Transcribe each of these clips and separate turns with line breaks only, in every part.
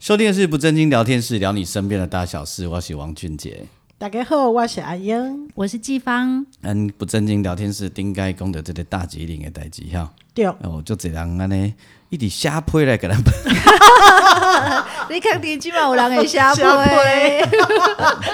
收听的是不正经聊天室，聊你身边的大小事。我是王俊杰。
大家好，我是阿 英。
我是季芳，
嗯，不正经聊天室顶该讲的这个大吉岭的代志哈。
对，
哦，就这人安尼，一直瞎批来给咱们。
你看你今晚有人会瞎
瞎掰
播，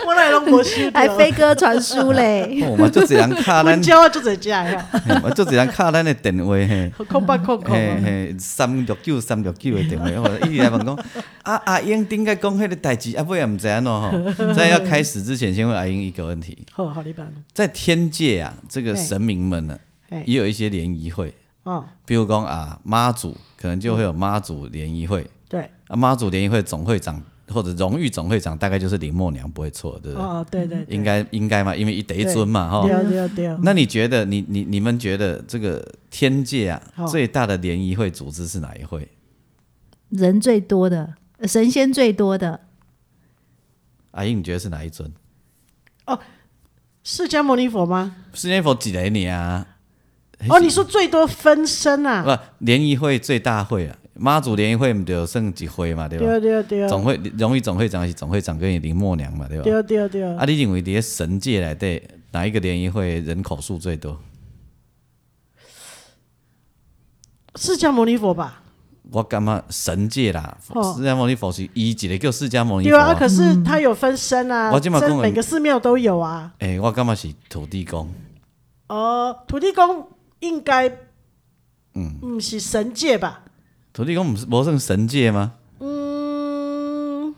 我来拢无收
还
到，
飞鸽传书嘞。
哦我们就这人卡咱
阮，鸟啊就在遮呀，
嘿我就这人卡咱的电话嘿。
空八空空
嘿
啊。
嘿，三六九三六九的电话，我一直来问讲，啊阿英顶该讲迄个代志，啊尾也毋知安怎吼。在要开始之前，先问阿英一个问题，
好好，你办。
在天界啊，这个神明们呢、
哎，
也有一些联谊会，
哦，
比如讲啊妈祖，可能就会有妈祖联谊会，
对，
啊妈祖联谊会总会长或者荣誉总会长，大概就是林默娘，不会错，对不对？
哦，对对，对
呃应该应该嘛，因为一得一尊嘛，哈。
对对对。
那你觉得，你你你们觉得这个天界啊、
哦
最大的联谊会组织是哪一会？
人最多的，呃神仙最多的，
阿英，你觉得是哪一尊？
释迦牟尼佛吗？
释迦佛几雷你啊？
哦，你说最多分身啊？
不联谊会最大会啊，妈祖联谊会不就剩几会嘛，对吧？
对对对，
总会荣誉总会长是总会长跟你林默娘嘛，对吧？
对对对。
啊，你认为伫神界内底哪一个联谊会人口数最多？
释迦牟尼佛吧？
我感觉神界啦，释
哦
迦牟尼佛是伊一个叫释迦牟尼
对
佛
啊，啊
啊。
可是他有分身啊，
我这么讲
这每个寺庙都有啊。
诶、我感觉是土地公，
哦，土地公应该，嗯，不是神界吧？
土地公不是无算神界吗？
嗯，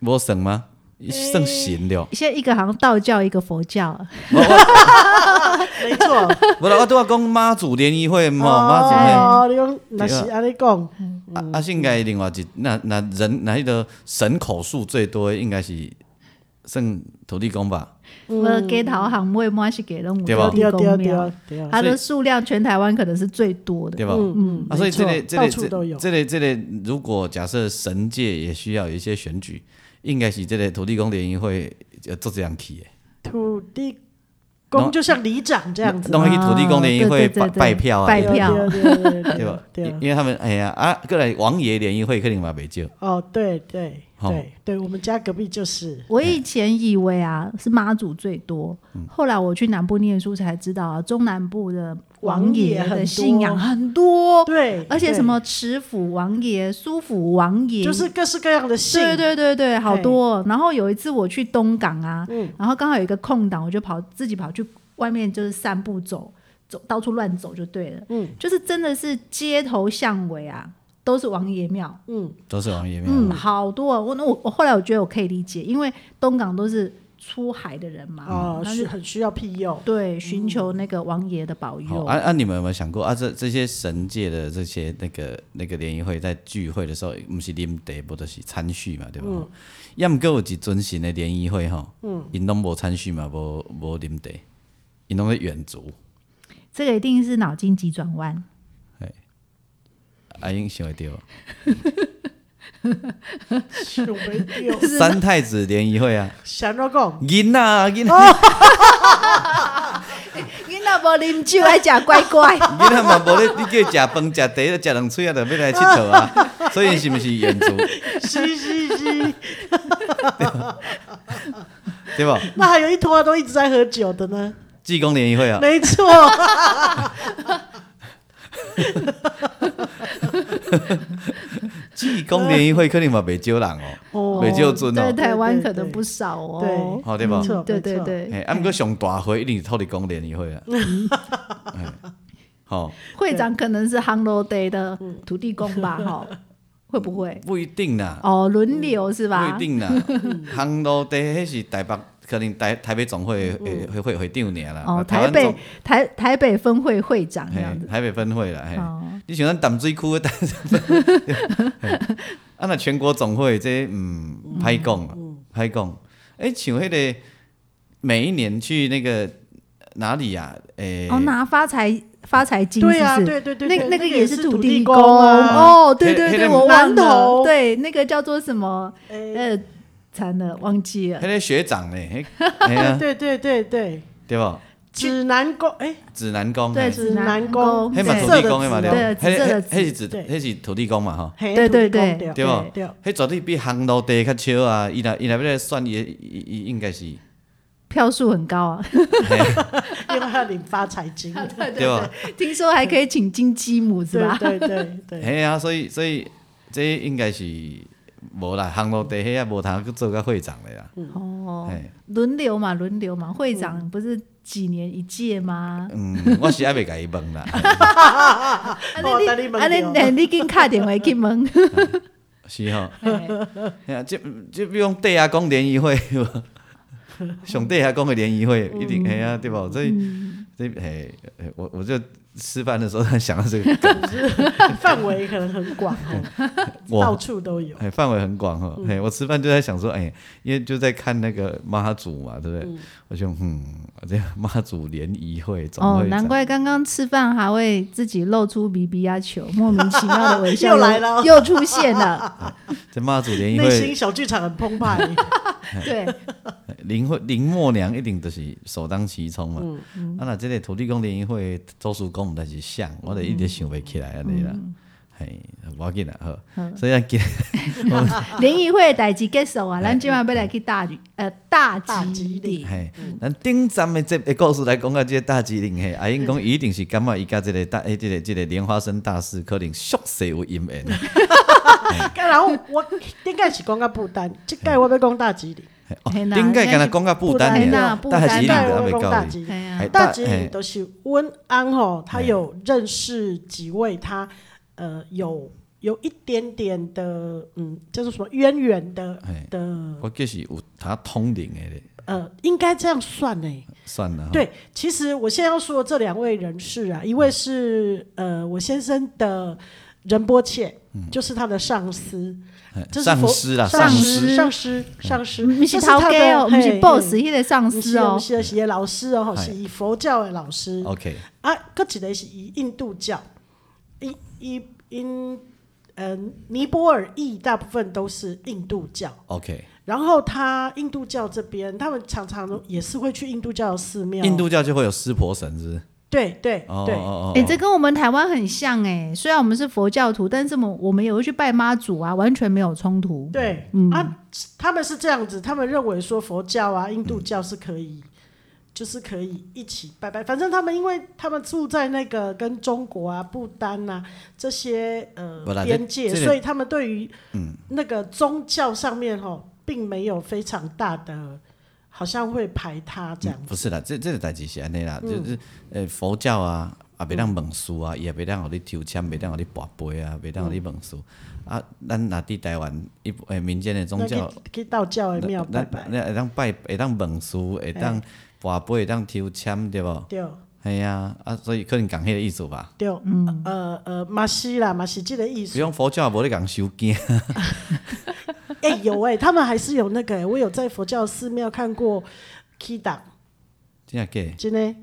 无算吗？算神了。
现在一个好像道教，一个佛教，
没错。
无啦，我拄仔讲妈祖联谊会嘛，妈祖嘿。
哦，你讲那是安尼讲，
嗯
啊啊，应该另外一那那人那迄个神口数最多的应该是算土地公吧？
我给桃行为嘛是给了五
对吧
个地
对对
公
对
庙，
对，
它的数量全台湾可能是最多的。
对吧？
嗯
啊，所以这类
没
这
错
类
到处都
这
有。
这类这类，如果假设神界也需要有一些选举，应该是这类土地公联谊会呃做这样去的，
土地
弄
公就像里长这样子
弄
嗯
嘛，
去土地公联谊会
啊对对
拜
对对
拜票啊，
拜
对吧
票
对对对
对吧？
对
因
对。
因为他们哎呀啊，过来王爷联谊会肯定嘛袂少，
哦，对对
哦
对对，我们家隔壁就是
我以前以为啊是妈祖最多，后来我去南部念书才知道啊，中南部的王
王爷
爷
很
的
多
信仰很多，
对，
哦而且
对
什么池府王爷、苏府王爷，
就是各式各样的姓，
对对对对，好多。然后有一次我去东港啊，然后刚好有一个空档，我就跑自己跑去外面就是散步走，走到处乱走就对了。
嗯
就是真的是街头巷尾啊，都是王爷庙。
嗯，
都是王爷庙。啊
嗯，好多哦。我那我我后来我觉得我可以理解，因为东港都是出海的人嘛，
哦，
他
需
是
很需要庇佑。
对寻求那个王爷的保
好，
佑。
啊啊，你们有没有想过啊？这这些神界的这些那个那个联谊会在聚会的时候，不是啉茶，不就是参序嘛，对吧？要么够有一尊神的联谊会吼，因拢无参序嘛，无无啉茶，啊因拢是远足，
这个一定是脑筋急转弯。
啊，因想会到
想袂到，
三太子联谊会啊，
想到讲，
囡仔啊囡仔
你那无啉酒还假乖乖，
囡仔嘛无咧，你叫伊食饭食茶，食两喙啊，就要来佚佗啊， 所以是不是远足，
是是是，
对吧？
那还有一坨都一直在喝酒的呢，
济公联谊会啊，
没错，
济公联谊会肯定嘛袂少人哦，
哦
袂少尊
在
哦。
台湾
对对
可能
对
不少哦。
对
好对吧
没错，
对
没
对
错，
哎，
对，嗯
啊，毋过上大会一定是托你讲联谊会啊。 哎好，
会长可能是 h o n l o Day 的
嗯
土地公 吧？哈，会不会？
不一定啦，
哦，轮流是
不
吧
嗯一？定啦。杭州地迄是台北，可能台台北总会会会会会长尔啦。
嗯哦，
啊
台
湾
北
总
台台北分会会长这样
嘿
子。
台北分会啦，嘿。
哦，
你像咱淡水区的， 啊，若全国总会这嗯，歹讲啊，歹讲。诶，像迄个每一年去那个哪里啊？诶，
哦，拿发财发财金是不
对
是？
啊，对对对，
那
对
那个也是土地公
公啊。
哦，对对
黑
对，
黑
我忘
南
了，
投
对，那个叫做什么？
哎
呃，惨了，忘记了
迄。个学长咧， 迄哎呀，
对对对对，
对无？
指南宫哎，
指南宫，
对，
嘿
指南
南宫
迄
对
嘛
紫
土
色
地
的
公，迄嘛
紫
对
对紫色的
吧，
紫
迄迄迄是指
对
迄是土地公嘛吼，
嘿
对对
土地公
对
对哦
对
无？
对，
迄绝对比巷路地较少啊，伊若伊若要来算伊的，伊伊应该是
票数很高啊，
因为他领发财金，
对
对吧？
听说还可以请金鸡母是吧？
对对对对，
嘿啊，所以所以这应该是无啦，巷路地迄啊无通去做甲会长的啦，
哦
嘿，
轮流嘛，轮流嘛，会
嗯
长不是几年一届吗？
嗯，我是还袂甲伊问 啦，
哦
你
等你问
啊，
到
你你紧打电话 去问。哦
是吼，
嘿
嘿啊，即即比如讲地下讲联谊会， 有无上地下讲的联谊会
嗯
一定嘿啊，对无？所以这嘿，嘿我我就吃饭的时候在想到这个梗，
范围可能很广哦，
我
到处都有。
哎，范围很广哈。哎，我吃饭就在想说，哎，因为就在看那个妈祖嘛，对不对？我就嗯，这样妈祖联谊会总
哦，
会长
难怪刚刚吃饭还会自己露出鼻鼻呀球，莫名其妙的微笑
又来了
又出现 了。
这妈祖联谊
内心
会
小剧场很澎 湃，
对，
林会林默娘一定就是首当其冲嘛。啊，那这个土地公联谊会周叔公毋知是像，我就一直想袂起来安尼啦。嘿，无要紧啦，好，所以咱今
联谊会的代志结束啊，咱今晚要来去大旅呃大
大吉
吉岭。
嘿，咱顶站的这个故事来讲到这个大吉岭嘿，阿英讲伊一定是感觉伊甲这个大诶，这个这个莲花生大师可能宿世有姻缘。
然后我顶盖是讲到不丹，这盖我要讲大吉岭，
哦
嘿啦
顶届敢若讲到不丹
嘿
尔
啦，
大吉
不
岭
丹
还
我
没
讲
到
大
哩。
吉岭
哎。呀
嘿，
大吉岭
嘿
都是温安吼，
哎
他有认识几位他呃有有一点点的嗯，叫做什么渊源的
嘿
的
我计是有他通灵的咧，
呃，应该这样算呢、
算了。，
对，其实我现在要说的这两位人士啊，一位是呃我先生的仁波切，就是他的上司，
嘿
这是
上
佛
司啦，
上
司。
上司，上司，
不
这
是
是
头
他
家哦，
的，
不
嘿
是
嘿
boss，迄个上
不
司
是不
哦。
是是老师哦，
嗨
是以佛教的老师
OK，
啊，搁一个是以印度教，伊伊因呃尼泊尔裔大部分都是印度教。
OK，
然后他印度教这边，他们常常也是会去印度教的寺庙。
印度教就会有湿婆神是不是？
对对
哦
对，
哦哦
哎、
哦，
这跟我们台湾很像哎、虽然我们是佛教徒，但是我们我们也会去拜妈祖啊，完全没有冲突。
对、啊，他们是这样子，他们认为说佛教啊、印度教是可以，
嗯
就是可以一起拜拜。反正他们因为他们住在那个跟中国啊、不丹啊这些呃
不啦这
边界，
这个嗯
所以他们对于那个宗教上面吼，并没有非常大的，好像会排他这样
嗯。不是啦，这这个代志是安尼啦，就是呃佛教啊，也袂当问事啊，伊也袂当互你抽签，袂当互你跋杯啊，袂当互你问事啊。咱若伫台湾一诶民间的宗
那
教。
去去道教的庙拜
咱
拜，
咱会当拜，会当问事，会当跋杯，会当抽签，对无？
对哦
系啊，啊，所以可能讲迄个意思吧。
对，呃呃，马西啦，马西这个意
比
思。
如佛教无咧讲收惊，
哎、有哎、他们还是有那个、欸，我有在佛教寺庙看过 key 档，
真的假的？
真的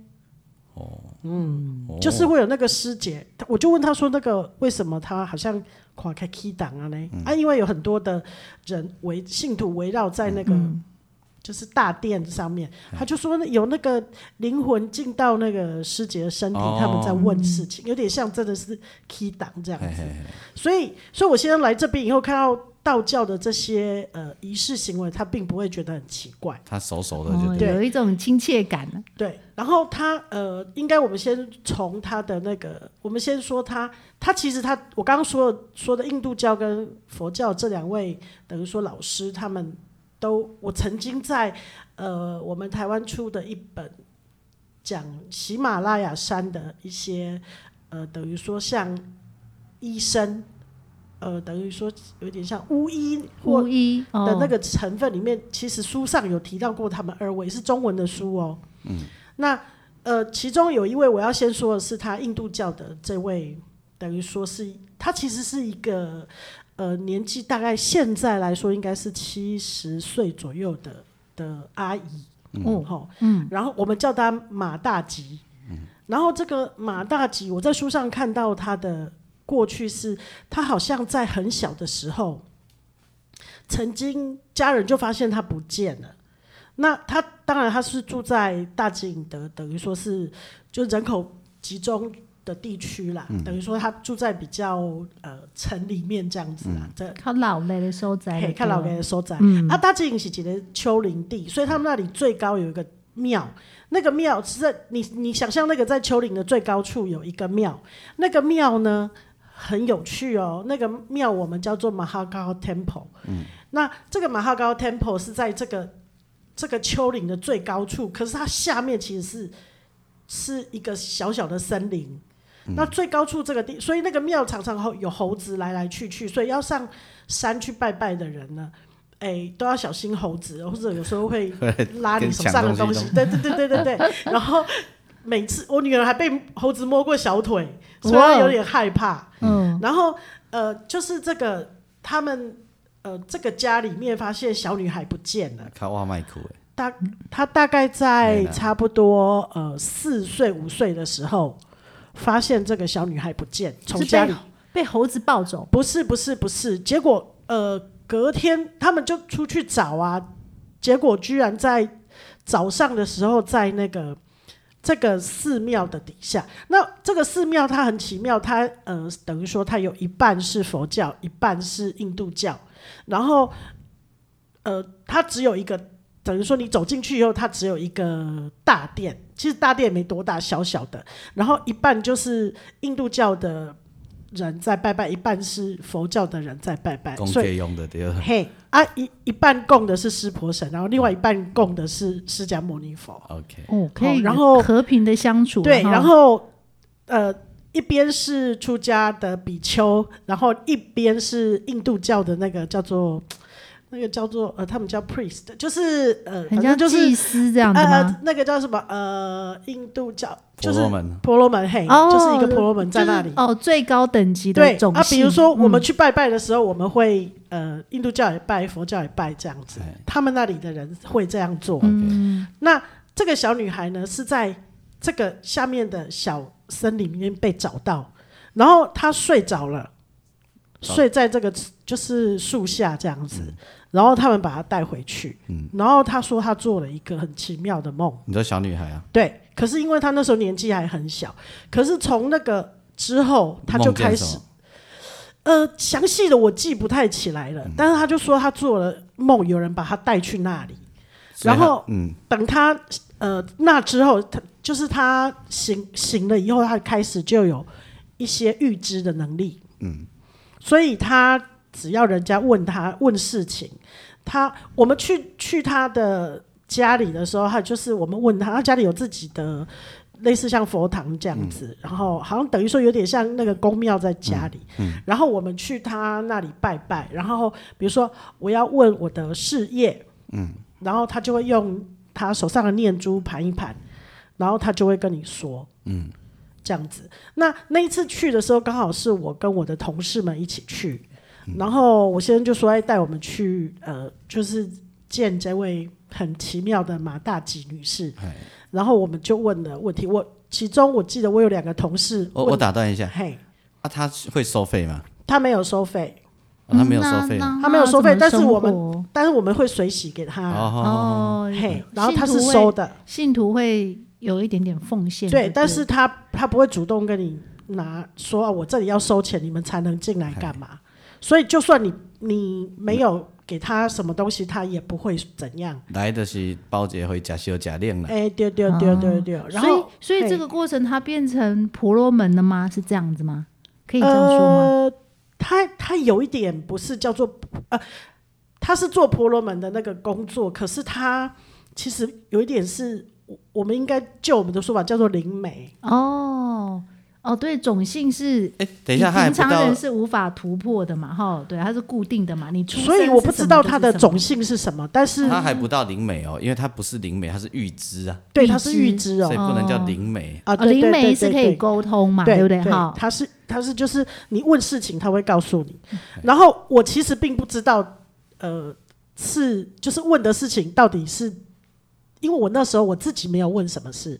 嗯
哦
就是会有那个师姐，她我就问她说那个为什么她好像垮开 key 档啊呢？
嗯
啊，因为有很多的人围信徒围绕在那个。
嗯
就是大殿上面，他就说有那个灵魂进到那个师姐的身体，
哦
他们在问事情，有点像真的是 key 档这样
嘿
子
嘿。嘿
所以，所以我先生来这边以后，看到道教的这些呃仪式行为，他并不会觉得很奇怪。
他熟熟的
哦
就，对。
有一种亲切感啊
对，然后他呃，应该我们先从他的那个，我们先说他，他其实他我刚刚说说的印度教跟佛教这两位，等于说老师他们都，我曾经在呃我们台湾出的一本讲喜马拉雅山的一些呃，等于说像医生，呃，等于说有点像巫医或
巫医哦
的那个成分里面，其实书上有提到过他们二位是中文的书哦。嗯，那呃，其中有一位我要先说的是他印度教的这位等于说是他其实是一个呃年纪大概现在来说应该是七十岁左右的的阿姨，
哦，
吼，嗯，然后我们叫她马大吉，然后这个马大吉，我在书上看到她的过去是，她好像在很小的时候，曾经家人就发现她不见了。那她当然她是住在大吉岭的，等于说是就人口集中的地区啦，等于说她住在比较呃城里面这样子啦，这
较老嘞的嗯所在就
嘿，
对了，
看老人的所在。啊，大吉岭是一个丘陵地，所以他们那里最高有一个庙，那个庙是在你你想象那个在丘陵的最高处有一个庙，那个庙呢很有趣哦，那个庙我们叫做马哈高 Temple。那这个马哈高 Temple 是在这个这个丘陵的最高处，可是它下面其实是是一个小小的森林。那最高处这个地，所以那个庙常常有猴子来来去去，所以要上山去拜拜的人呢，哎、都要小心猴子，或者有时候 会拉你手上的东西。对对对对对对。 然后每次我女儿还被猴子摸过小腿，所以她有点害怕。
嗯，
然后呃，就是这个他们呃这个家里面发现小女孩不见了，
卡哇麦苦诶，
她大概在
对啦
差不多呃四岁五岁的时候，发现这个小女孩不见，从
是
家
被
里
被猴子抱走，
不是不是不是，结果呃隔天他们就出去找啊，结果居然在早上的时候在那个这个寺庙的底下。那这个寺庙它很奇妙，它呃等于说它有一半是佛教，一半是印度教，然后呃它只有一个。等于说你走进去以后，它只有一个大殿，其实大殿也没多大，小小的。然后一半就是印度教的人在拜拜，一半是佛教的人在拜拜，
公
哎所以
家用的对
嗯
了。
嘿啊一一半供的是湿婆神，然后另外一半供的是释迦牟尼佛。
OK，
哦，可以，
然后
和平的相处，啊
对，
哈
然后呃一边是出家的比丘，然后一边是印度教的那个叫做那个叫做呃他们叫 priest，就是呃
很
反
像
正就是
祭司这样
呃
的
呃
吗？
那个叫什么呃印度教就
婆
是
罗门
婆罗门嘿，
哦，
就是一个婆罗门在那里
就是。哦，最高等级
对
的种姓。
啊，比如说我们
嗯
去拜拜的时候，我们会呃，印度教也拜，佛教也拜这样子
哎。
他们那里的人会这样做。
嗯，
那这个小女孩呢，是在这个下面的小森林里面被找到，然后她睡着了，
好
睡在这个就是树下这样子。
嗯
然后他们把她带回去，然后她说她做了一个很奇妙的梦。
你说小女孩啊，
对，可是因为她那时候年纪还很小，可是从那个之后，她就
梦见
开
什
始
么。
呃，详细的我记不太起来了，
嗯
但是他就说他做了梦，有人把他带去那里。
所以
然
她
后
嗯，
等他呃那之后，他就是他醒醒了以后，他开始就有一些预知的能力。嗯，所以他只要人家问他问事情，他我们去去他的家里的时候，他就是我们问他，他啊家里有自己的类似像佛堂这样子，然后好像等于说有点像那个宫庙在家里。然后我们去他那里拜拜，然后比如说我要问我的事业，嗯，然后他就会用他手上的念珠盘一盘，然后他就会跟你说，嗯，这样子。那那一次去的时候，刚好是我跟我的同事们一起去，
嗯
然后我先生就说哎带我们去，呃，就是见这位很奇妙的马大吉女士，
哎
然后我们就问了问题，我其中我记得我有两个同事
我我
问，
打断一下
嘿，
啊，她会收费吗？
他没有收费。
哦她没有收费
嗯那那
他没有收费
那
但是
怎么
我们
生活
但是我们会水洗给他，
哦，
哦，
嘿，然后
信
他是
徒会
收的，
信徒会有一点点奉献，
对，
不
但是他他不会主动跟你拿说、啊、我这里要收钱，你们才能进来干嘛？所以就算你你没有给他什么东西，他也不会怎样。
来就是包姐会假小假练啦。
哎、对对对对对，然
哦所以
后
所以
嘿
这个过程它变成婆罗门了吗？是这样子吗？可以这样说吗？
呃，他他有一点不是叫做呃，他是做婆罗门的那个工作，可是他其实有一点是我我们应该就我们的说法叫做灵媒。
哦哦，对，种姓是
哎、等一下，
你
他还
平
不
常
到
人，是无法突破的嘛，哈，对，它是固定的嘛，你出
所以
生
我
是
不
什
知
么
道
就
它
是
的
什么
种姓是什么，但是
他还不到灵媒哦，因为他不是灵媒，他是预知啊，
对
预
它是预
知
知
所以
哦，
不能叫灵媒。
啊，
哦，
对
灵
对
媒
对
是
对
可以
对
沟通嘛，
对
不对？哈，
他是他是就是你问事情，他会告诉你。
嗯
然后我其实并不知道，呃，是就是问的事情到底是，因为我那时候我自己没有问什么事。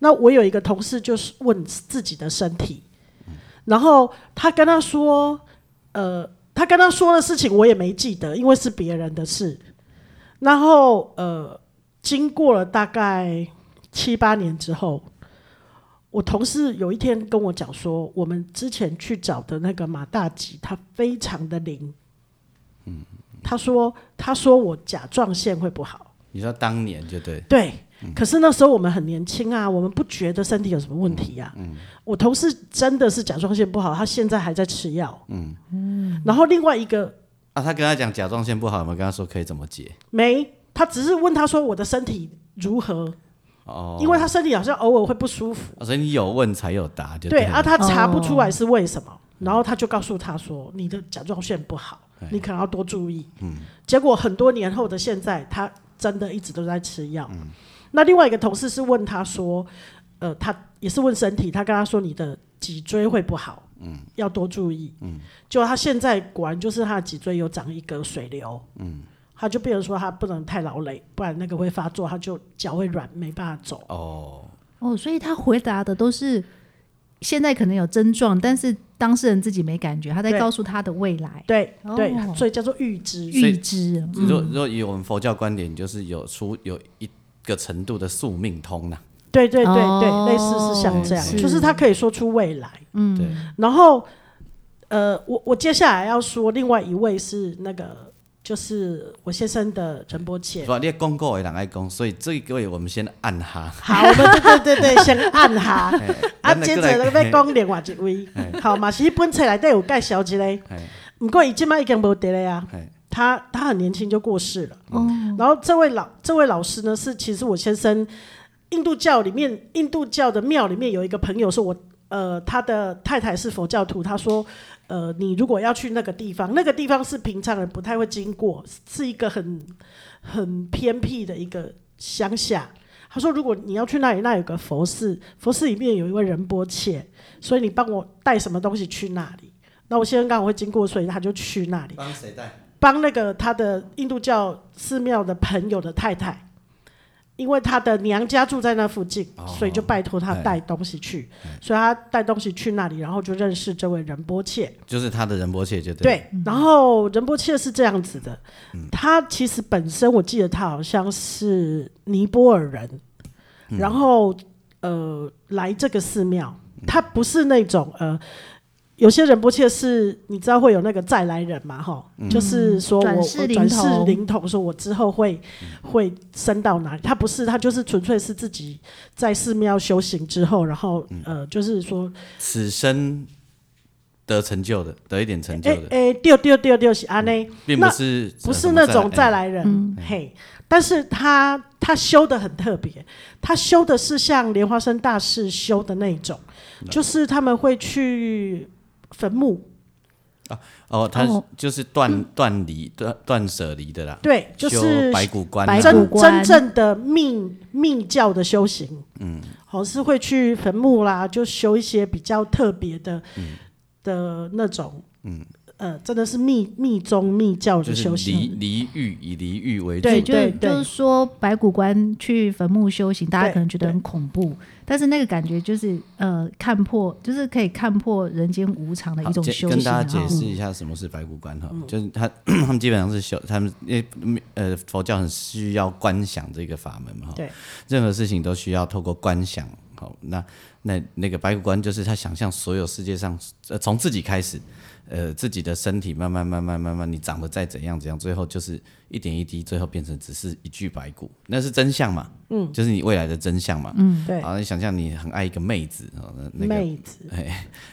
那我有一个同事就是问自己的身体，
嗯
然后他跟他说，呃，他跟他说的事情我也没记得，因为是别人的事。然后呃，经过了大概七八年之后，我同事有一天跟我讲说，我们之前去找的那个马大吉，他非常的灵。他说：“他说我甲状腺会不好，
你说当年就对，
对。可是那时候我们很年轻啊，我们不觉得身体有什么问题啊。我同事真的是甲状腺不好，他现在还在吃药。嗯然后另外一个
啊，他跟他讲甲状腺不好，有没有跟他说可以怎么解？
没，他只是问他说我的身体如何，
哦，
因为他身体好像偶尔会不舒服。
啊所以你有问才有答，就
对
了
啊，他查不出来是为什么，然后他就告诉他说：“你的甲状腺不好，
哎
你可能要多注意。”
嗯
结果很多年后的现在，他真的一直都在吃药。
嗯
那另外一个同事是问他说：“呃，他也是问身体，他跟他说你的脊椎会不好，
嗯
要多注意。”就他现在果然就是他的脊椎有长一个水流，
嗯
他就变成说他不能太劳累，不然那个会发作，他就脚会软，没办法走。
哦，
哦，所以他回答的都是现在可能有症状，但是当事人自己没感觉，他在
对
告诉他的未来
对
哦
对，所以叫做预知。
所以
预知。
如
嗯
果如果以我们佛教观点，就是有出有一个程度的宿命通呐、
对对对对，
哦
类似是像这样，
是
就是他可以说出未来。
嗯
对，
然后，呃，我我接下来要说另外一位是那个，就是我先生的陈伯
是
谦。
吧？你公告也人爱公，所以这个月我们先按哈。
好， 我们对对对对，先按下， 啊，
咱就
接
再来
着要讲另外一位，好嘛，是那本册内底有介绍一个，
哎
不过伊即摆已经无得了啊呀
嘿，
他他很年轻就过世了。
哦，
然后这位老这位老师呢，是其实我先生印度教里面印度教的庙里面有一个朋友，是我呃他的太太是佛教徒，他说呃你如果要去那个地方，那个地方是平常人不太会经过，是一个很很偏僻的一个乡下。他说：“如果你要去那里，那有个佛寺，佛寺里面有一位仁波切，所以你帮我带什么东西去那里。”那我先生刚好会经过，所以他就去那里。
帮谁带？
帮那个他的印度教寺庙的朋友的太太，因为他的娘家住在那附近，
哦
所以就拜托他带东西去，所以他带东西去那里，然后就认识这位仁波切。
就是他的仁波切，就对。
对，
嗯
嗯
然后仁波切是这样子的，他其实本身我记得他好像是尼泊尔人，
嗯
然后呃来这个寺庙，
嗯
他不是那种呃。有些仁波切是，你知道会有那个再来人嘛？哈、
嗯
就是说我
嗯转
我
世灵
转世
童
灵童，说我之后会、
嗯
会升到哪里？他不是，他就是纯粹是自己在寺庙修行之后，然后、
嗯
呃，就是说
此生得成就的，得一点成就
哎
的，嗯
哎，丢丢丢丢是安内，
并不是呃
不是那种再
来。哎
来人，
嗯
嘿，但是他他修的很特别，他修的是像莲花生大师修的那种，就是他们会去坟墓，
哦，他
哦
就是断断离、断断舍离的啦，
对，就
修
是
白骨观
白
啊，
骨
真
观
真正的密密教的修行，嗯，好是会去坟墓啦，就修一些比较特别的、
嗯
的那种，嗯，呃，真的是密密宗密教
就
的
是
修行，
离离欲以离欲为主。
对
就
对
是
对
就是说，白骨观去坟墓修行，大家
对
可能觉得很恐怖，但是那个感觉就是呃，看破，就是可以看破人间无常的
好
一种
解
修
跟
行
大
啊。
家解
哎
嗯
释一下什么是白骨观哈，就是他他们基本上是修他们因为呃佛教很需要观想这个法门嘛，哈
对，
任何事情都需要透过观想。好，那那那个白骨观就是他想象所有世界上呃从自己开始，呃自己的身体慢慢慢慢慢慢你长得再怎样怎样，最后就是一点一滴，最后变成只是一具白骨，那是真相嘛，嗯，就是你未来的真相嘛，嗯，
对，
好，你想象你很爱一个妹子，哦，那那个哎
妹子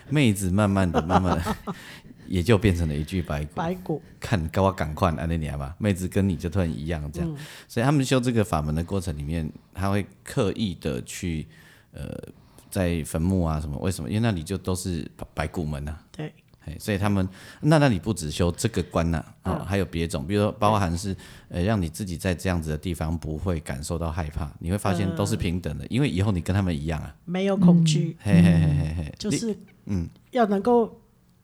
妹子慢慢的、慢慢 的，也就变成了一具白骨。
白骨。
看，跟我赶快安那年吧，妹子跟你就突然一样这样。所以他们修这个法门的过程里面，他会刻意的去呃在坟墓啊什么，为什么？因为那里就都是白白骨门啊，
对，
嘿所以他们那那里不只修这个关呐、啊，哦，还有别种，比如说包含是呃，让你自己在这样子的地方不会感受到害怕，你会发现都是平等的，因为以后你跟他们一样啊，
没有恐惧，
嘿嘿嘿嘿嘿，
就
你
是嗯，要能够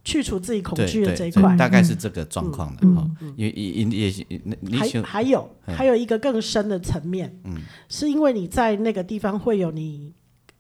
去除自己恐
对
惧的
对
这一
对
块。
大概是这个状况的哈，因为因也许你你
还
想嗯
还有还有一个更深的层面，是因为你在那个地方会有你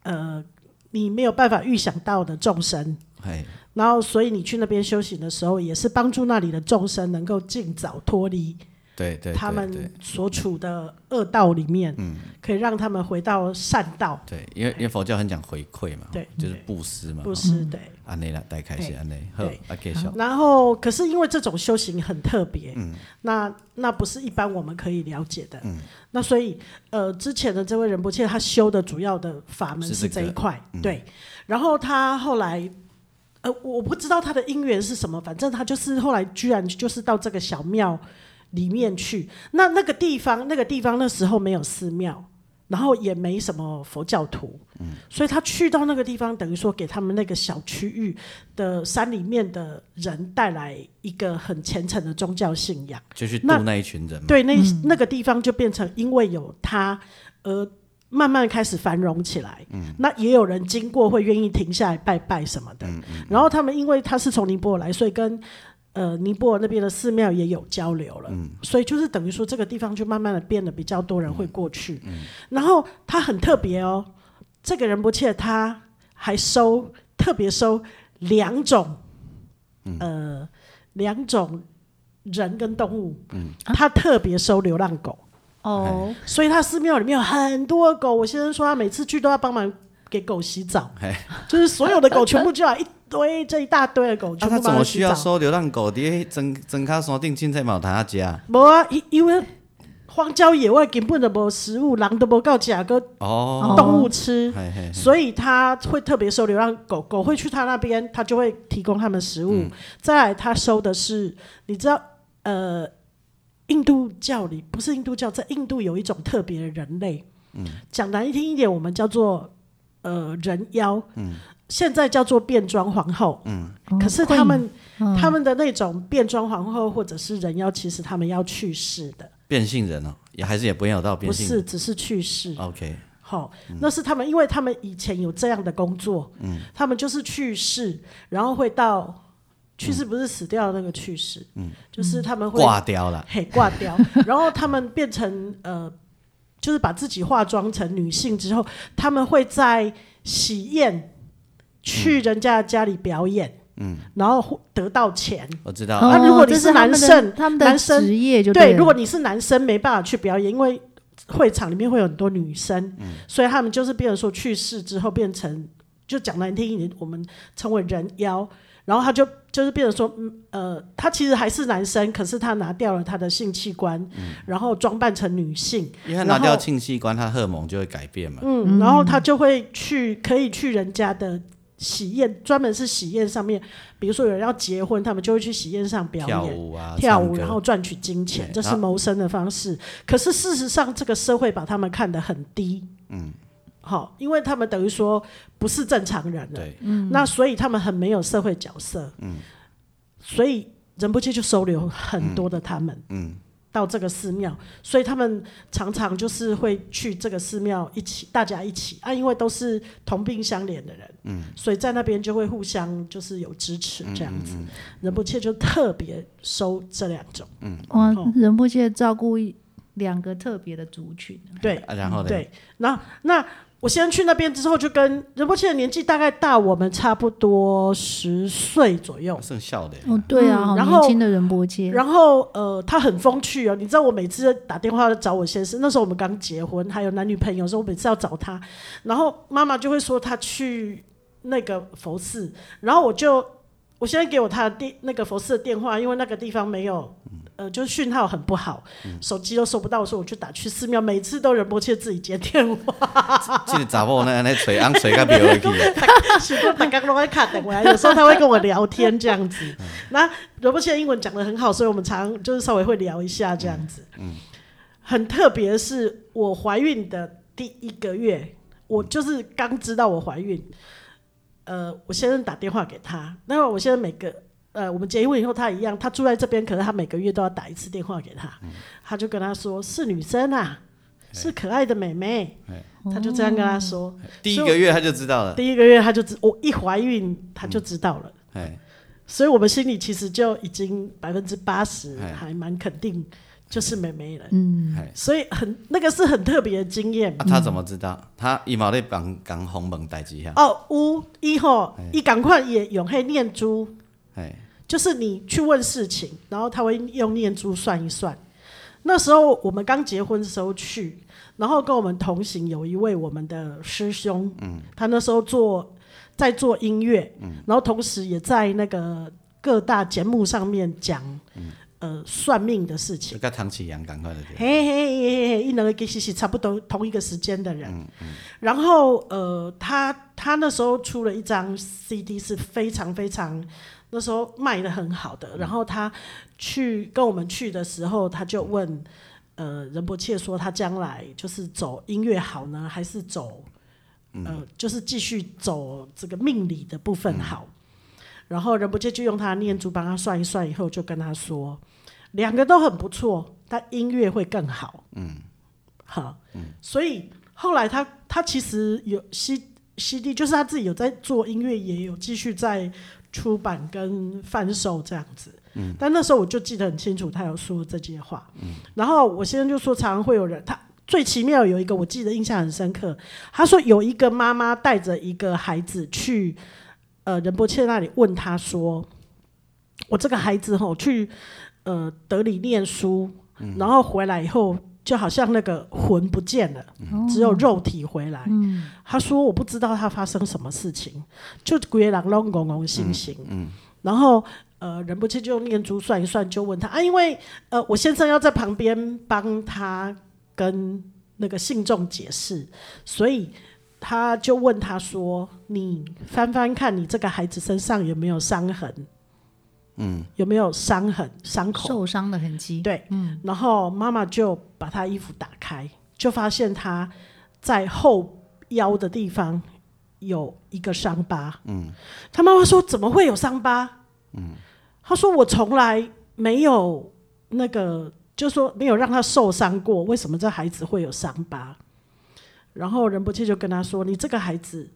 呃你没有办法预想到的众生，
嘿
然后所以你去那边修行的时候，也是帮助那里的众生能够尽早脱离
对对对
他
对嗯
们所处的恶道里面，可以让他们回到善道，
对，因为因为佛教很讲回馈嘛，
对
就是布施嘛，
不是对。
安内啦，大概是安内，好
对，
啊，继续，
嗯然后，可是因为这种修行很特别，那那不是一般我们可以了解的。那所以，呃，之前的这位仁波切他修的主要的法门
是
是
这
这
个嗯
一块，对。然后他后来，呃，我不知道他的因缘是什么，反正他就是后来居然就是到这个小庙里面去。那那个地方，那个地方那时候没有寺庙。然后也没什么佛教徒，
嗯
所以他去到那个地方，等于说给他们那个小区域的山里面的人带来一个很虔诚的宗教信仰。
就去度
那
那一群人嘛，
对，那、那个地方就变成因为有他而慢慢开始繁荣起来。
嗯
那也有人经过会愿意停下来拜拜什么
嗯
的。然后他们因为他是从尼泊尔来，所以跟呃尼泊尔那边的寺庙也有交流了。
嗯
所以就是等于说这个地方就慢慢的变得比较多人会过去。
嗯
然后他很特别哦，这个仁波切他还收特别收两种，
嗯
呃，两种人跟动物，
啊
他特别收流浪狗，
哦，
所以他寺庙里面有很多狗。我先生说他每次去都要帮忙给狗洗澡，就是所有的狗全部就来一堆，这一大堆的狗
啊，
全
他
部
怎
帮
么
洗
需要
澡。
收流浪狗？伫庄庄卡山顶凊彩嘛有通啊食，
无啊，因因为荒郊野外根本就无食物，人都无够食，个
哦，
动物吃。
嘿嘿，
嗯所以他会特别收流浪狗，狗会去他那边，他就会提供他们食物。
嗯
再来，他收的是，你知道，呃，印度教里不是印度教，在印度有一种特别的人类，
嗯
讲难听一点，我们叫做呃人妖，
嗯
现在叫做变装皇后，
哦
可是他们、他们的那种变装皇后或者是人妖，其实他们要去世的，
变性人哦，也还是也不要到变
不
性
是
人
只是去世。
，OK，
好、那是他们，因为他们以前有这样的工作，
嗯
他们就是去世，然后会到去世不是死掉的那个去世，就是他们会
嗯挂掉了，
嘿挂掉， 然后他们变成呃，就是把自己化妆成女性之后，他们会在喜宴
嗯
去人家的家里表演，嗯，然后获得到钱，
我知道，
哦
啊
啊如果你
这
是
是他们
男
的
生
他们的
男生
职业就
对，
了
如果你是男生，没办法去表演，因为会场里面会有很多女生，所以他们就是变成说去世之后变成，就讲难听一点，我们称为人妖。然后他就就是变成说，嗯呃，他其实还是男生，可是他拿掉了他的性器官，然后装扮成女性，
因为他
然
拿
后
掉性器官，他荷尔蒙就会改变嘛，
嗯，然后他就会去可以去人家的喜宴，专门是喜宴上面，比如说有人要结婚，他们就会去喜宴上表
跳
演。
舞啊，
跳
唱
舞，
歌
然后赚取金钱
对，
这是
然后
谋生的方式。可是事实上，这个社会把他们看得很低，嗯，好，因为他们等于说不是正常人了，
对，
那所以他们很没有社会角色，嗯，所以仁波切就收留很多的他们，嗯。到这个寺庙，所以他们常常就是会去这个寺庙一起，大家一起啊，因为都是同病相怜的人，嗯，所以在那边就会互相就是有支持这样子。仁波切就特别收这两种，
哇
哦，
仁波切照顾一两个特别的族群，
对
啊然后呢，
对。那那我先去那边之后，就跟仁波切的年纪大概大我们差不多十岁左右
我。剩笑的，
哦，对啊，
嗯
好
然
年
后
轻的仁波切，
然后呃，他很风趣哦，你知道我每次打电话找我先生，那时候我们刚结婚，还有男女朋友，所以我每次要找他，然后妈妈就会说他去那个佛寺，然后我就我现在给我他的电那个佛寺的电话，因为那个地方没有。呃，就是讯号很不好，手机都收不到，所以我就打去寺庙，每次都仁波切自己接电话。
这个查某那那吹昂吹个表去 啊，
许多打刚都在卡等我，有时候他会跟我聊天这样子。那罗伯切的英文讲得很好，所以我们常就是稍微会聊一下这样子。很特别的是，我怀孕的第一个月，我就是刚知道我怀孕，呃，我先生打电话给他，那我先生每个呃，我们结婚以后他一样，他住在这边，可是他每个月都要打一次电话给他，他就跟他说是女生啊，是可爱的妹妹，他就这样跟他说。
第一个月他就知道了，
第一个月他就知，我一怀孕他就知道了，
哎，
所以我们心里其实就已经百分之八十
哎
还蛮肯定就是妹妹了，
嗯，
哎，
所以很那个是很特别的经验。
啊，他怎么知道？他伊嘛咧讲讲红门代志遐，
哦，有伊吼，伊赶快也用嘿念珠，
哎，
就是你去问事情，然后他会用念珠算一算。那时候我们刚结婚的时候去，然后跟我们同行有一位我们的师兄，嗯，他那时候做在做音乐，嗯，然后同时也在那个各大节目上面讲，呃，算命的事情
就。甲唐启阳赶快的对了，
嘿嘿嘿嘿嘿，一能跟西西差不多同一个时间的人。然后呃，他他那时候出了一张 CD 是非常非常那时候卖的很好的。然后他去跟我们去的时候，他就问呃任伯切说，他将来就是走音乐好呢，还是走呃就是继续走这个命理的部分好？然后仁伯切就用他的念珠帮他算一算，以后就跟他说。两个都很不错，但音乐会更好。嗯，好，所以后来他他其实有 C C D，就是他自己有在做音乐，也有继续在出版跟贩售这样子。嗯，但那时候我就记得很清楚，他有说这些话。嗯，然后我先生就说，常常会有人他。最奇妙有一个，我记得印象很深刻。他说有一个妈妈带着一个孩子去，呃，仁波切那里问他说：“我这个孩子吼去呃德里念书，然后回来以后就好像那个魂不见了，只有肉体回来。他说我不知道他发生什么事情，就鬼个人拢怣怣星星。然后呃忍不住就用念珠算一算，就问他啊，因为呃我先生要在旁边帮他跟那个信众解释，所以。他就问他说：“你翻翻看，你这个孩子身上有没有伤痕？嗯，有没有伤痕、伤口？
受伤的痕迹，
对，然后妈妈就把她衣服打开，就发现她在后腰的地方有一个伤疤。嗯，她妈妈说：“怎么会有伤疤？”嗯，她说：“我从来没有那个，就说没有让她受伤过，为什么这孩子会有伤疤？”然后仁波切就跟她说：“你这个孩子。”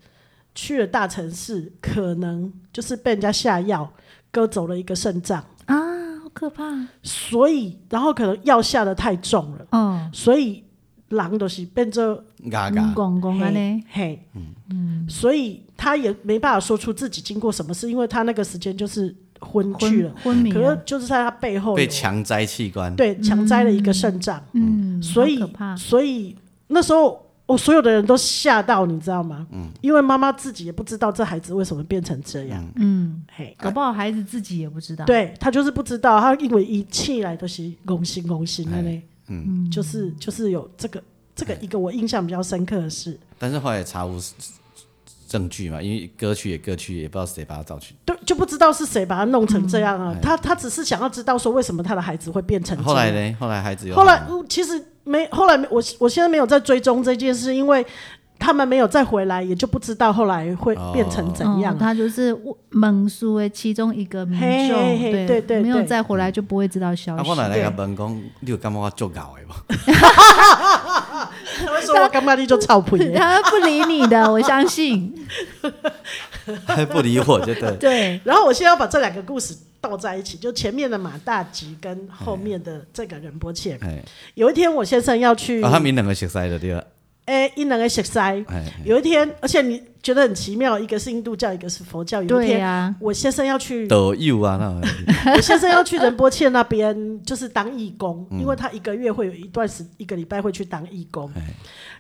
去了大城市，可能就是被人家下药，割走了一个肾脏，
啊，好可怕，
所以然后可能药下的太重了，
哦，
所以狼都是变着
嘎
嗯
嘎，
公公啊呢，
嘿，嗯，所以他也没办法说出自己经过什么事，因为他那个时间就是昏去了
昏，昏迷
可
了
是，就是在他背后
被
有
强摘器官，
对强摘了一个肾脏，
嗯，
所以
好可怕，
所以那时候。我所有的人都吓到，你知道吗？嗯，因为妈妈自己也不知道这孩子为什么变成这样，
嗯，
嘿，
搞不好孩子自己也不知道，，
对他就是不知道，他因为一气来都是拱心拱心的
哎
嘞，
嗯，
就是就是有这个这个一个我印象比较深刻的事，
但是后来查无证据嘛，因为歌曲也歌曲，也不知道谁把他找去。
都就不知道是谁把他弄成这样啊。他他只是想要知道说为什么他的孩子会变成这样。
哎后来呢？后来孩子有啊
后来
好吗
嗯其实没，后来没我我现在没有在追踪这件事，因为他们没有再回来，也就不知道后来会
哦
变成怎样
哦、
啊。
他就是蒙苏的其中一个民众，
嘿嘿嘿对对对
没有再回来就不会知道消
嗯
啊，
息。
我奶奶甲问讲，你有感觉我足搞的无？
他会说我干嘛你就操皮 耶，
他不理你的，我 相信。
还不理我，就对。
对，
然后我现在要把这两个故事倒在一起，就前面的马大吉跟后面的这个仁波切。
哎，
有一天我先生要去，
啊，他们两个熟悉就对了。
哎，一两个学塞。
哎，
有一天，而且你觉得很奇妙，一个是印度教，一个是佛教。有一
对
天，
呀、
我先生要去
抖友啊，那种
我先生要去仁波切那边，就是当义工，因为他一个月会有一段时，一个礼拜会去当义工。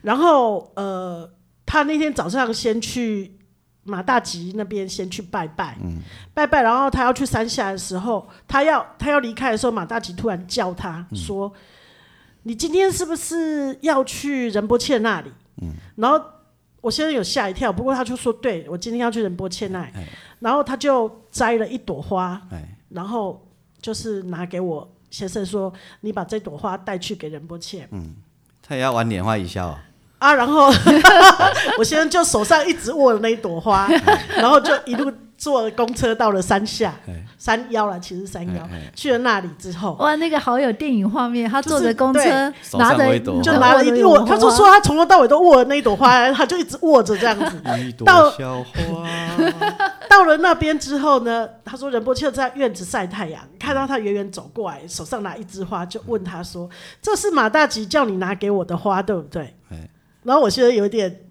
然后呃，他那天早上先去马大吉那边先去拜拜，拜拜，然后他要去山下的时候，他要他要离开的时候，马大吉突然叫他说：“你今天是不是要去仁波切那里？”然后我先生有吓一跳，不过他就说：“对，我今天要去仁波切那里。”然后他就摘了一朵花，然后就是拿给我先生说：“你把这朵花带去给仁波切。
他也要玩拈花一笑哦。
啊，然 后我先生就手上一直握着那一朵花，然后就一路坐公车到了山下
哎，
山腰了，其实山腰
哎哎
去了那里之后，
哇，那个好有电影画面，他坐着公
就是对
车，
手
拿
上
着
挥朵
就
花
拿了一
朵
我，他就说他从头到尾都握着那一朵花，他就一直握着这样子。
一朵
到
小花，
到了那边之后呢，他说仁波切在院子晒太阳，看到他远远走过来，手上拿一枝花，就问他说：“这是马大吉叫你拿给我的花，对不对
哎，？”
然后我现在有点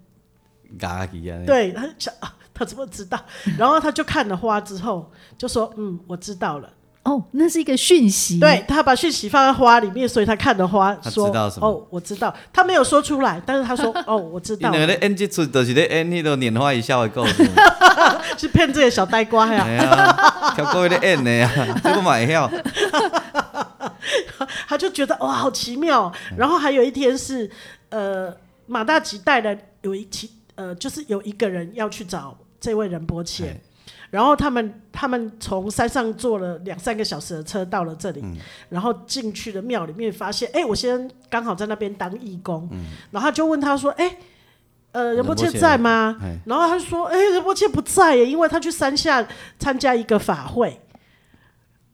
嘎叽啊，，
对，他就想、啊、他怎么知道？然后他就看了花之后，就说：“嗯，我知道了。
哦，那是一个讯息，
对他把讯息放在花里面，所以他看了花，
嗯他
说
知道什：“么
哦，我知道。”他没有说出来，但是他 说：“哦，我知
因
道
两 个
了。
咧演即出，就是咧演迄个拈花一笑的故事，”
是骗这个小呆瓜呀、
哎呀，超过咧演的啊， 这个嘛会晓，
他就觉得哇，好奇妙哦。
哎
然后还有一天是，呃，马大吉带了有一起，呃，就是有一个人要去找这位仁波切
哎，
然后他们他们从山上坐了两三个小时的车到了这里，然后进去了庙里面，发现哎，我先生刚好在那边当义工，然后他就问他说，哎。呃，嗯仁波切
仁波切
在吗
哎？
然后他就说：“哎、仁波切不在耶，因为他去山下参加一个法会，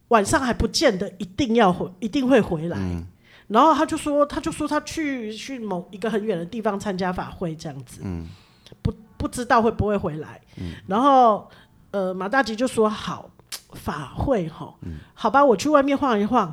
晚上还不见得一定要回，一定会回来。然后他就说，他就说他去去某一个很远的地方参加法会这样子，
嗯
不不知道会不会回来。然后呃，马大吉就说好。法会吼，
嗯
好吧，我去外面晃一晃，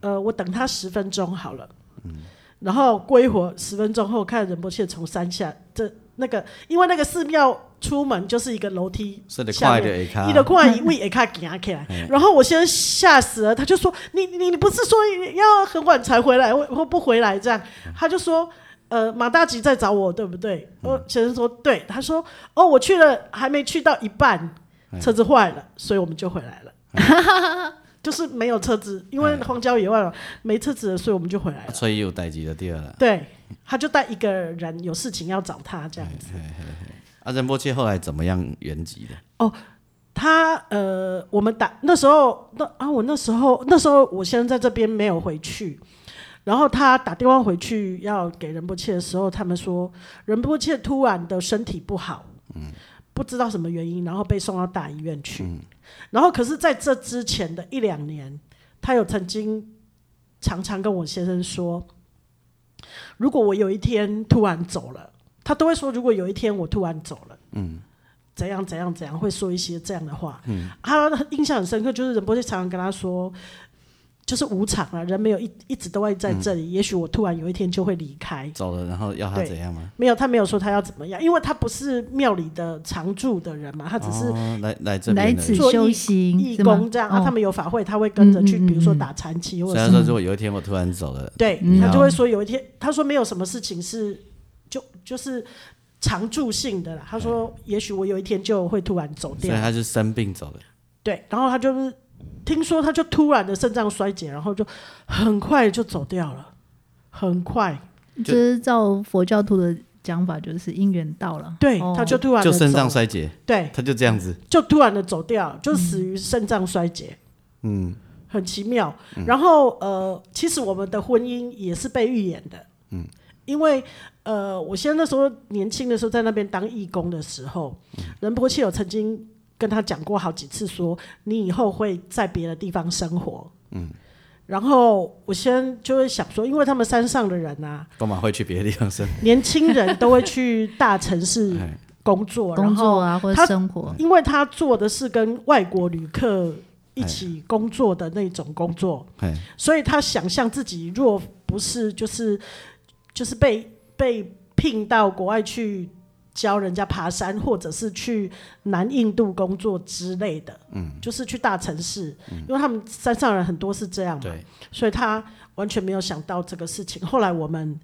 呃，我等他十分钟好了。
嗯
然后过一会儿，十分钟后看仁波切从山下，这那个因为那个寺庙出门就是一个楼梯
说
下
得
面，
快就会
伊就
较，
看伊胃会较行起来，然后我先吓死了，他就说：“你你你不是说要很晚才回来，或或不回来这样？”他就说：“呃，马大吉在找我，对不对？”我先生说：“对。”他说：“哦，我去了，还没去到一半，车子坏了，所以我们就回来了。”就是没有车子，因为荒郊野外嘛，没车子了，所以我们就回来了。
啊所以有代志就对了啦。
对，他就带一个人有事情要找他这样子。
啊，仁波切后来怎么样圆寂的？
他呃，我们打那时候那啊，我那时候那时候我先生在这边没有回去，然后他打电话回去要给仁波切的时候，他们说仁波切突然的身体不好，不知道什么原因，然后被送到大医院去，然后可是在这之前的一两年，他有曾经常常跟我先生说，如果我有一天突然走了，他都会说，如果有一天我突然走了。怎样怎样怎样，会说一些这样的话。嗯，他印象很深刻，就是仁波切常常跟他说，就是无常啊，人没有一一直都会在这里，也许我突然有一天就会离开。
走了，然后要他
对
怎样吗？
没有，他没有说他要怎么样，因为他不是庙里的常住的人嘛，他只是
哦来来这
来
边的。
此
所
做
修
义
行，
义
是吗
工这样。
哦
啊，他们有法会，他会跟着去，
嗯嗯嗯
比如说打禅期或
以
者
他
什么
说，如果有一天我突然走了，
对
嗯，
他就会说有一天，他说没有什么事情是就就是常住性的啦。他说，也许我有一天就会突然走
所以
掉。
他是生病走的。
对，然后他就是听说他就突然的肾脏衰竭，然后就很快就走掉了，很快，
这是照佛教徒的讲法，就是因缘到了，
对，
哦
他就突然地
就肾脏
走了，
衰竭，
对，
他就这样子，
就突然的走掉，就死
嗯
于肾脏衰竭，嗯，很奇妙。然后呃，其实我们的婚姻也是被预演的，嗯，因为呃，我先生那时候年轻的时候在那边当义工的时候，仁波切有曾经跟他讲过好几次说你以后会在别的地方生活，嗯。然后我先就会想说，因为他们山上的人啊，
干嘛会去别的地方生？
年轻人都会去大城 市
哎
工作，然
工
后
作啊或者
他
生活，
因为他做的是跟外国旅客一起工作的那种工作，
哎，
所以他想象自己若不是就是就是被被聘到国外去教人家爬山，或者是去南印度工作之类的，嗯，就是去大城市，因为他们山上人很多是这样嘛，
对，
所以他完全没有想到这个事情。后来我们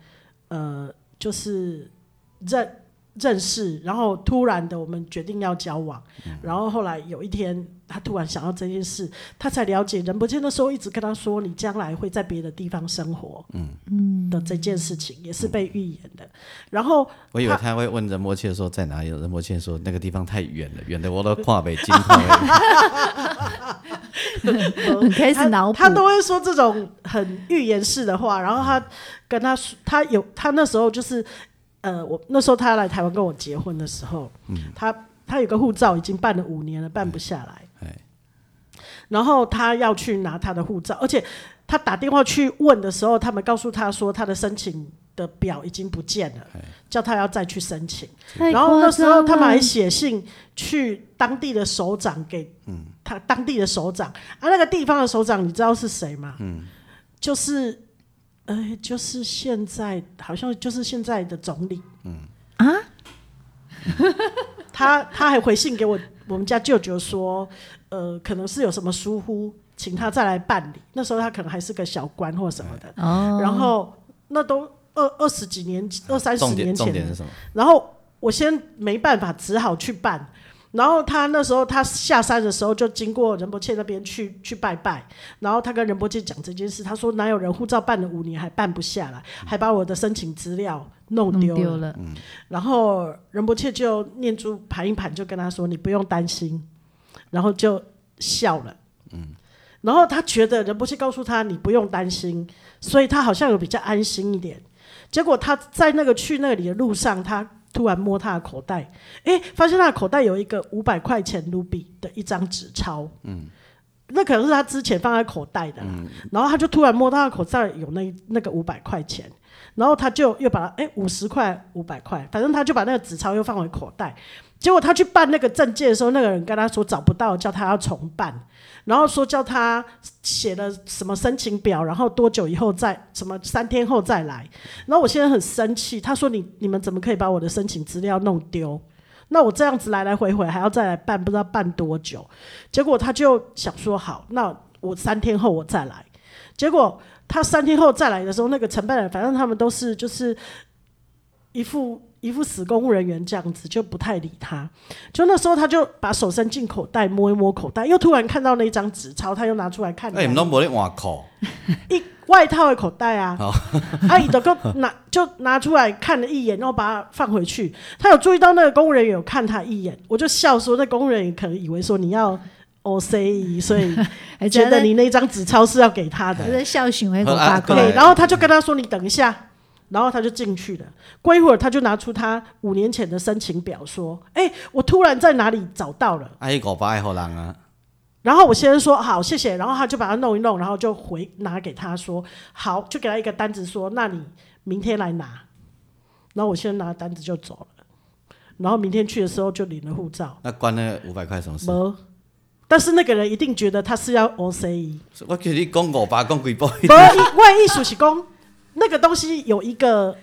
呃，就是认认识，然后突然的我们决定要交往，然后后来有一天他突然想到这件事，他才了解仁波切那时候一直跟他说你将来会在别的地方生活，嗯的这件事情也是被预言的。然后
我以为他会问仁波切说在哪里，仁波切说那个地方太远了，远的我都跨北京看 不到。
很开始脑
呃
补，
他，他都会说这种很预言式的话。然后他跟他说，他有他那时候就是呃，我那时候他来台湾跟我结婚的时候，他他有个护照已经办了五年了，办不下来。
哎，
然后他要去拿他的护照，而且他打电话去问的时候，他们告诉他说他的申请的表已经不见了
哎，
叫他要再去申请。
太
然后那
夸
时候
张
他们
了
还写信去当地的首长给
嗯
他当地的首长啊，那个地方的首长你知道是谁吗？嗯，就是呃，就是现在好像就是现在的总理。
啊，
他他还回信给我我们家舅舅说，呃，可能是有什么疏忽，请他再来办理。那时候他可能还是个小官或什么的，
哦，
然后那都二二十几年、二三十
重
年
点重
前
点是
了，
什么？
然后我先没办法，只好去办。然后他那时候他下山的时候就经过仁伯切那边去去拜拜，然后他跟仁伯切讲这件事，他说哪有人护照办了五年还办不下来，还把我的申请资料弄
弄
丢
丢
了。
了，
嗯
然后仁伯切就念珠盘一盘，就跟他说：“你不用担心。”然后就笑了。然后他觉得仁波切告诉他：“你不用担心。”所以他好像有比较安心一点。结果他在那个去那里的路上，他突然摸他的口袋，诶，发现他的口袋有一个五百块钱卢比的一张纸钞。嗯。那可能是他之前放在口袋的啦，然后他就突然摸到他口袋有那那个五百块钱，然后他就又把哎五十块五百块，反正他就把那个纸钞又放回口袋。结果他去办那个证件的时候，那个人跟他说找不到，叫他要重办，然后说叫他写了什么申请表，然后多久以后再什么三天后再来。然后我现在很生气，他说你你们怎么可以把我的申请资料弄丢？那我这样子来来回回还要再来办，不知道办多久。结果他就想说好，那我三天后我再来。结果他三天后再来的时候，那个承办人反正他们都是就是一副一副死公务人员这样子，就不太理他。就那时候他就把手伸进口袋摸一摸口袋，又突然看到那一张纸钞，他又拿出来看。
哎，你们都无咧换裤，
一外套的口袋 啊，阿姨都够拿就拿出来看了一眼，然后把它放回去。他有注意到那个公务人员有看他一眼，我就笑说，那公务人员可能以为说你要 O C，所以
还
觉
哎在
得你那张纸钞是要给他的
还。在啊笑醒那个
好啊
八
对
卦
对，然后他就跟他说：“你等一下。”然后他就进去了。过一会儿，他就拿出他五年前的申请表，说：“哎、我突然在哪里找到了。
啊，迄五百爱互人啊，”
然后我先生说：“好，谢谢。”然后他就把它弄一弄，然后就回拿给他说：“好，就给他一个单子说，那你明天来拿。”然后我先生拿单子就走了。然后明天去的时候就领了护照，
那关那五百块什么事？
没。但是那个人一定觉得他是要 O C E。
我叫你讲五百，讲几百，
不，万一暑期工那个东西有一个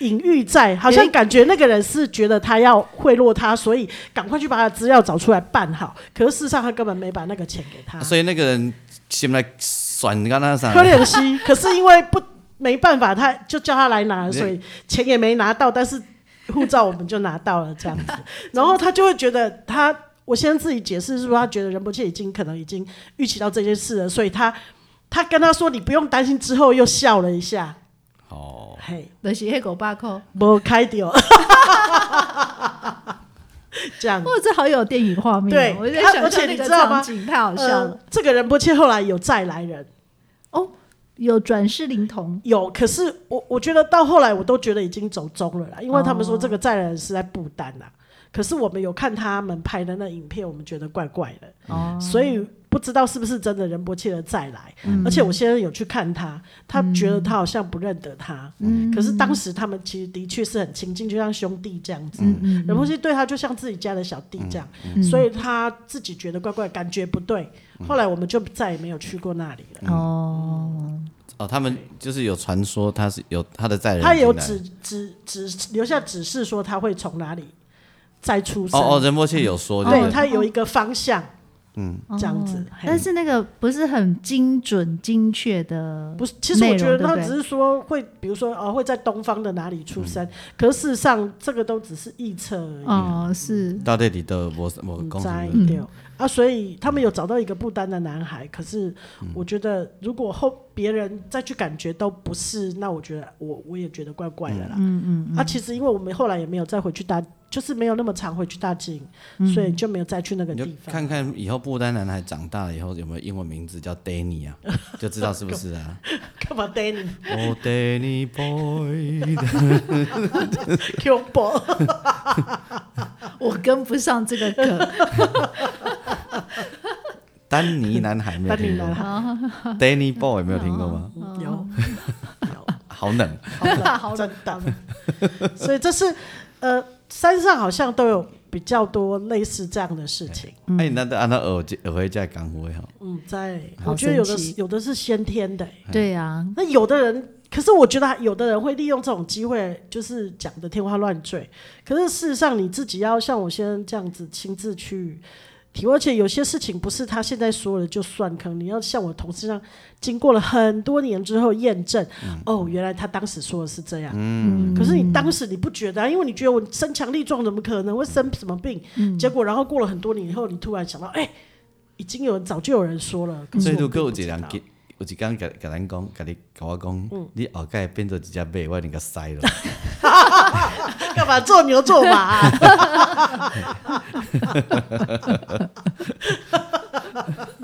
隐喻在，好像感觉那个人是觉得他要贿赂他，所以赶快去把他的资料找出来办好。可是事实上他根本没把那个钱给他，
所以那个人心内选干那啥？
啊可怜兮。可是因为不没办法，他就叫他来拿，所以钱也没拿到，但是护照我们就拿到了这样子。然后他就会觉得他，我先自己解释是说，他觉得仁波切已经可能已经预期到这件事了，所以他他跟他说你不用担心，之后又笑了一下，
哦，
嘿。
就是那个八卦。哦
没开掉，这样
哇，这好有电影画面、
对
哦，我在
啊
想
而且
象那
你
个
知道吗
场景，太好笑了。
呃这个仁波切后来有再来人，
哦，有转世灵童，
有，可是我我觉得到后来我都觉得已经走中了啦，因为他们说
哦
这个再来人是在不丹啦。可是我们有看他们拍的那影片，我们觉得怪怪的，
哦，
所以不知道是不是真的仁波切的再来。
嗯
而且我先生有去看他，他觉得他好像不认得他，
嗯
可是当时他们其实的确是很亲近，就像兄弟这样子。
嗯
仁波切对他就像自己家的小弟这样，
嗯
所以他自己觉得怪怪，感觉不对。后来我们就再也没有去过那里了。
嗯，哦，
哦，他们就是有传说，他是有他的在人进来，
他有指指指留下指示说他会从哪里再出生，
哦哦，仁波切有说，
对
不
他有一个方向，嗯这样子
哦
嘿
但是那个不是很精准精确的，
不是，其实我觉
内
得
容对不
他
对
只是说会，比如说哦会在东方的哪里出
嗯
生，可是事实上这个都只是臆测而已，
哦，是
到底你都无无
不
讲
知
什
道
么，
对啊，所以他们有找到一个不丹的男孩，可是我觉得如果后别人再去感觉都不是，那我觉得我我也觉得怪怪的啦。嗯嗯啊，其实因为我们后来也没有再回去大就是没有那么常回去大庆，所以就没有再去那个
你就
地方。
看看以后不丹男孩长大了以后有没有英文名字叫 Danny 啊，就知道是不是啊
干嘛 Danny
？Oh Danny boy，
Q 波？
我跟不上这个 梗，
丹尼男孩没有
丹尼
听过
男孩
，Danny boy 没有听过吗？
嗯有，
好冷，啊
好真的。所以这是呃，山上好像都有比较多类似这样的事情。
哎，那都按照耳耳回家港会哈，
嗯，在
好
我觉得有
神
的
奇
是有的是先天的欸、
对啊，
那有的人，可是我觉得有的人会利用这种机会，就是讲的天花乱坠。可是事实上，你自己要像我先生这样子亲自去体会，而且有些事情不是他现在说了就算，可能你要像我同事这样，经过了很多年之后验证，哦，原来他当时说的是这样。嗯，可是你当时你不觉得、啊，因为你觉得我身强力壮，怎么可能会生什么病？结果然后过了很多年以后，你突然想到，哎、已经有人早就有人说了，可是
所以
我
如
并
果有
不
一
知道
人给，有一天甲甲咱讲，甲你甲我讲，你后盖变做一只马，我一定甲塞了。
干嘛做牛做马、啊？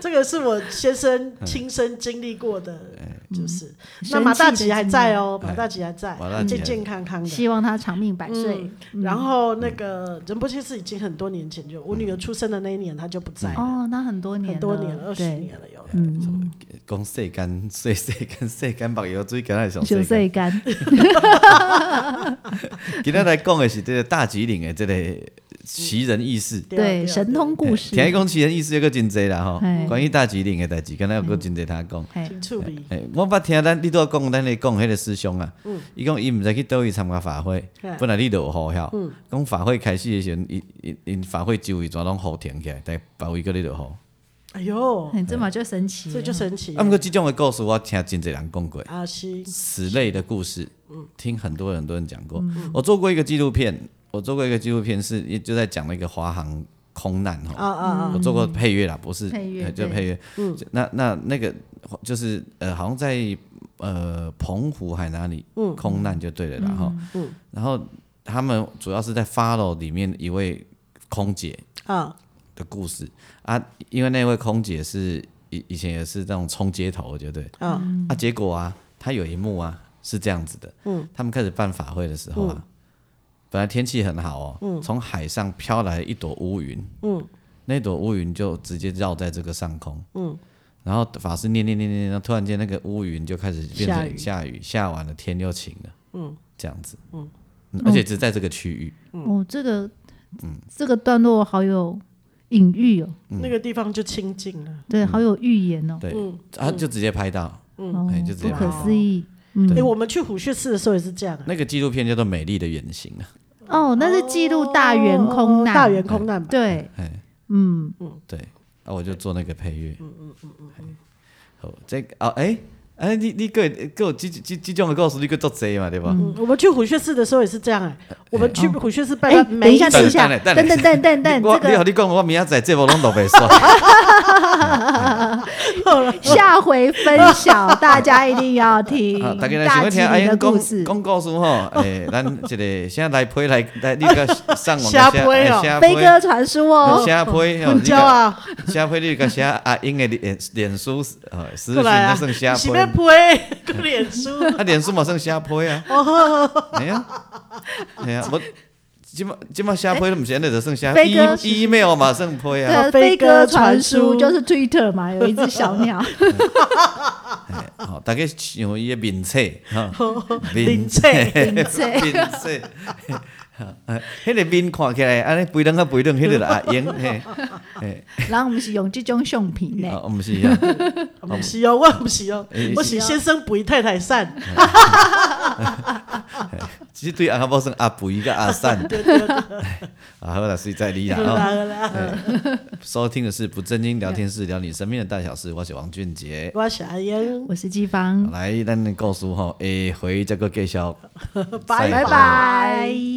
这个是我先生
嗯
亲身经历过的，就是
嗯
那马大吉还在哦，
哎
马大吉还在
马大，吉还
健健康康的。
希望嗯他长命百岁。
然后那个仁波切是已经很多年前就我女儿出生的那一年他就不在了，
哦，那很多年
很
了，
多年了，二十
对，嗯
年了有了。
讲世间，世世间，世间目药水，敢若上
九
世间。
岁干，
啊
今仔来讲的是这个大吉岭的这个奇人异事，
对
对，
啊
神通故事，
听伊讲奇人异事还个真济啦吼
嘿。
关于大吉岭的代志，敢若有个真济通讲。
嘿
挺触鼻，
诶，哎我捌听咱你拄仔讲，咱咧讲迄个师兄啊，伊讲伊毋知去倒位参加法会
嘿，
本来你就有好晓，讲法会开始的时阵，伊伊因法会周围全拢雨停起来，但别位个你就雨。
哎呦，
嘿这嘛就神奇了，
这就神奇
啊，毋过即种的故事我听真侪人讲过，
阿西，
此类的故事，听很多人很多人讲过。我做过一个纪录片，我做过一个纪录片是也就在讲那个华航空难哈。
啊啊啊，
我做过配乐啦，不是
配乐
呃就
对
配乐。那那那个就是呃，好像在呃澎湖还哪里空难就对了啦，然后然后他们主要是在 follow 里面一位空姐
啊，
的故事啊，因为那位空姐是以以前也是那种冲街头，就对
啊
啊，结果啊，他有一幕啊是这样子的，嗯，他们开始办法会的时候啊，本来天气很好哦，嗯，从海上飘来一朵乌云，嗯，那朵乌云就直接绕在这个上空，嗯，然后法师念念念念，然后突然间那个乌云就开始变
下雨
成下雨，下完了天又晴了，嗯，这样子，嗯，而且只在这个区域，
嗯
哦，这个这个段落好有隐喻哦，
那个地方就清静了。
对，
嗯
好有预言哦，
对，啊，就直接拍到，
哦
哎就，这
不
样
可思议。嗯
哎、，我们去虎穴寺的时候也是这样、啊，
那个纪录片叫做《美丽的远行》啊，
哦，那是记录大圆空难，
哦大圆空难吧？
对，
哎，
嗯，
对，啊，我就做那个配乐。嗯嗯嗯嗯。好，这个哦，哎、哎、你你个个这这这种的故事你个做济嘛，对吧？
嗯，我们去虎穴寺的时候也是这样哎、我们去虎穴寺拜
哎，
拜，
等一下，
每
等一下，
等
等
等
等等等
你
等，
我
这
你好，
个
你讲我明仔载这部拢都袂 啊煞，
下回分晓，大家一定要 听
啊大家来想
嗯大
要
吉
听哎
利的
讲
故事。
讲故事吼， 哎，咱一个先来配来来，你个上网哎
瞎配哦
飞哥传书哦，
虾 配哦，
混交啊，
虾配你个虾阿英的脸脸书呃私
过
讯
来
那
啊，
算虾
洗面
配，
呸，个脸书，
啊脸书嘛算虾配啊，哎呀，哎呀，我即马即马虾配都毋是安尼，就算虾
飞哥
E email 嘛算配
飞
对，哦
啊。
飞
鸽
鸽
传
传
书
书就是 Twitter 嘛，有一只小鸟，
好，大家想伊个名册，哈，
林
名册，
翠，
名册
名册，哈迄个面看起来安尼肥冷啊肥冷，迄个就阿英，嘿，
然后我们是用这种相片呢，
哦，毋是啊，
我不是哦，我不是哦
哎，
我是先生不宜太太善，
即对阿伯算阿肥甲阿善，
对对对，
啊，好啦，随在你啦，
啦
啊，
啦，
收听的是不正经聊天室，聊你身边的大小事，我是王俊杰。
我是阿英，
我是季芳，
来，咱的故事吼，下回再个继续。
拜
拜
拜
拜。
拜。